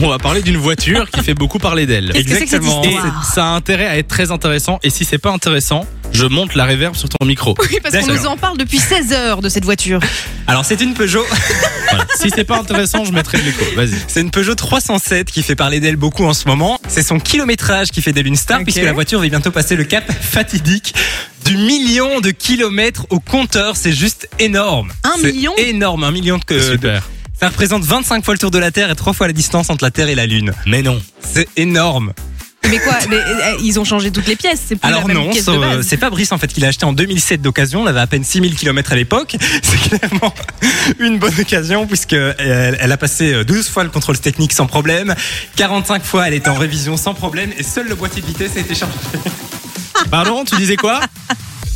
On va parler d'une voiture qui fait beaucoup parler d'elle. Qu'est-ce que c'est que cette Et histoire ça a intérêt à être très intéressant. Et si c'est pas intéressant, je monte la réverb sur ton micro. Oui, parce qu'on D'accord. nous en parle depuis 16 heures de cette voiture. Alors c'est une Peugeot, Voilà. si c'est pas intéressant, je mettrai de l'écho. Vas-y. c'est une Peugeot 307 qui fait parler d'elle beaucoup en ce moment. C'est son kilométrage qui fait d'elle une star Ok. puisque la voiture va bientôt passer le cap fatidique du million de kilomètres au compteur. C'est juste énorme. Un C'est million Énorme, un million de, de- Super. Ça représente 25 fois le tour de la Terre et 3 fois la distance entre la Terre et la Lune. Mais non. C'est énorme. Mais quoi mais, euh, Ils ont changé toutes les pièces. C'est plus Alors la même non, pièce ça, de euh, base. c'est Fabrice en fait qui l'a acheté en 2007 d'occasion. On avait à peine 6000 km à l'époque. C'est clairement une bonne occasion puisque elle, elle a passé euh, 12 fois le contrôle technique sans problème, 45 fois elle était en révision sans problème et seul le boîtier de vitesse a été changé. Pardon, Bah, tu disais quoi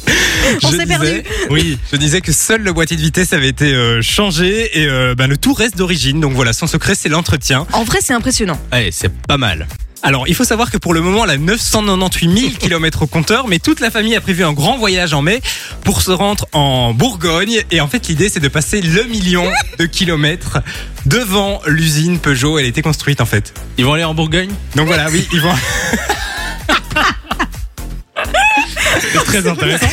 On Je s'est disais- perdu. Oui, je disais que seul le boîtier de vitesse avait été euh, changé et euh, ben, le tout reste d'origine. Donc voilà, son secret c'est l'entretien. En vrai, c'est impressionnant. Allez, Eh, c'est pas mal. Alors, il faut savoir que pour le moment, elle a 998 000 km au compteur, mais toute la famille a prévu un grand voyage en mai pour se rendre en Bourgogne. Et en fait, l'idée, c'est de passer le million de kilomètres devant l'usine Peugeot. Elle a été construite, en fait. Ils vont aller en Bourgogne Donc voilà, oui, ils vont. C'est très intéressant.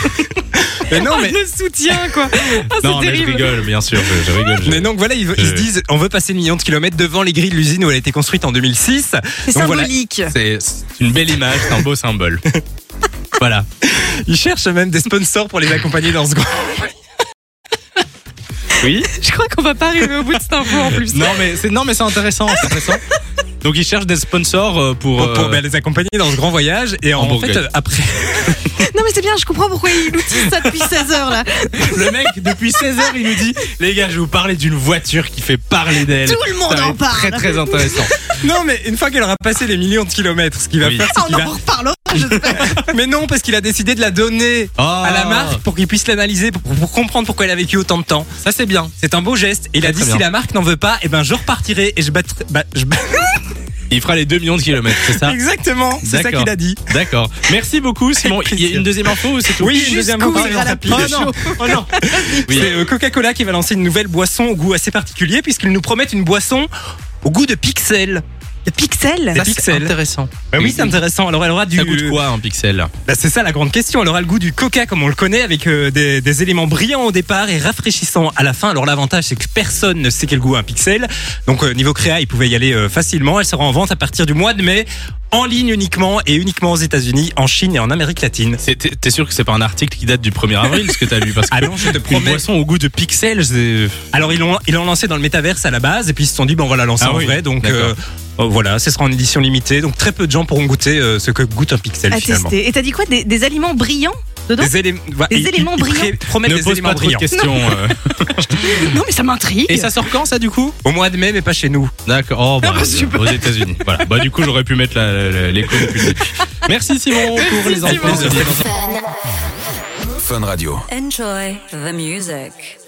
Mais non, mais. Le soutien, quoi. Ah, non, mais je rigole, bien sûr. Je, je rigole. je- Mais donc voilà, ils, ils se disent, on veut passer le million de kilomètres devant les grilles de l'usine où elle a été construite en 2006. C'est Donc voilà, symbolique. C'est c'est une belle image, c'est un beau symbole. Voilà. ils cherchent même des sponsors pour les accompagner dans ce grand. Oui. Je crois qu'on va pas arriver au bout de cette info en plus. Non, mais c'est non, mais c'est intéressant, c'est intéressant. Donc ils cherchent des sponsors euh, pour. Pour, pour, euh, ben, les accompagner dans ce grand voyage. Et en, En fait, Bourgogne. euh, après, Non, mais c'est bien, je comprends pourquoi il utilise ça depuis 16 heures là. Le mec, depuis 16 heures, il nous dit Les gars, je vais vous parler d'une voiture qui fait parler d'elle. Tout le monde Ça va en être parle. Très, très intéressant. Non, mais une fois qu'elle aura passé les millions de kilomètres, ce qu'il va Oui. faire, c'est Ah, On qu'il va- en reparlera, j'espère. Mais non, parce qu'il a décidé de la donner Oh. à la marque pour qu'il puisse l'analyser, pour, pour comprendre pourquoi elle a vécu autant de temps. Ça, c'est bien. C'est un beau geste. Et il a Très, dit très si bien. la marque n'en veut pas, eh ben je repartirai et je battrai. bah, je bat- Il fera les 2 millions de kilomètres, c'est Ah. ça Exactement, c'est ça D'accord. qu'il a dit. D'accord. Merci beaucoup, Simon. Avec Il y a plaisir. une deuxième info ou c'est tout Oui, une Jusqu'où deuxième fois, ira vraiment la rapide. pêche Oh non, oh non. Oui. C'est euh, Coca-Cola qui va lancer une nouvelle boisson au goût assez particulier, puisqu'ils nous promettent une boisson au goût de pixels. Le pixel La C'est pixel. intéressant. Bah oui, c'est intéressant. Alors elle aura du. Ça coûte quoi un pixel Bah, c'est ça la grande question. Elle aura le goût du coca comme on le connaît, avec euh, des, des éléments brillants au départ et rafraîchissants à la fin. Alors l'avantage c'est que personne ne sait quel goût a un pixel. Donc euh, niveau créa, il pouvait y aller euh, facilement. Elle sera en vente à partir du mois de mai, en ligne uniquement et uniquement aux États-Unis, en Chine et en Amérique latine. C'est- T'es t'es sûr que c'est pas un article qui date du 1er avril ce que t'as lu Parce que Ah non, je te une promets. boisson au goût de pixel, c'est. euh. Alors ils l'ont ils l'ont lancé dans le métaverse à la base et puis ils se sont dit bon on va la lancer Ah en oui, vrai. Donc d'accord. euh, euh, voilà, ce sera en édition limitée. Donc très peu de gens pourront goûter euh, ce que goûte un pixel à finalement. tester. Et t'as dit quoi des, des aliments brillants dedans Des, élé- voilà, Des ils- ils- éléments ils pré- brillants. promettent Ne des pose éléments pas trop de brillants. questions. euh. Non, mais ça m'intrigue. Et ça sort quand ça du coup Au mois de mai mais pas chez nous. D'accord. Oh, bah, bah, super. aux États-Unis. Voilà. Bah, du coup, j'aurais pu mettre la- la- la- l'écho depuis le début. Merci Simon pour les Simon. infos. Enjoy the music.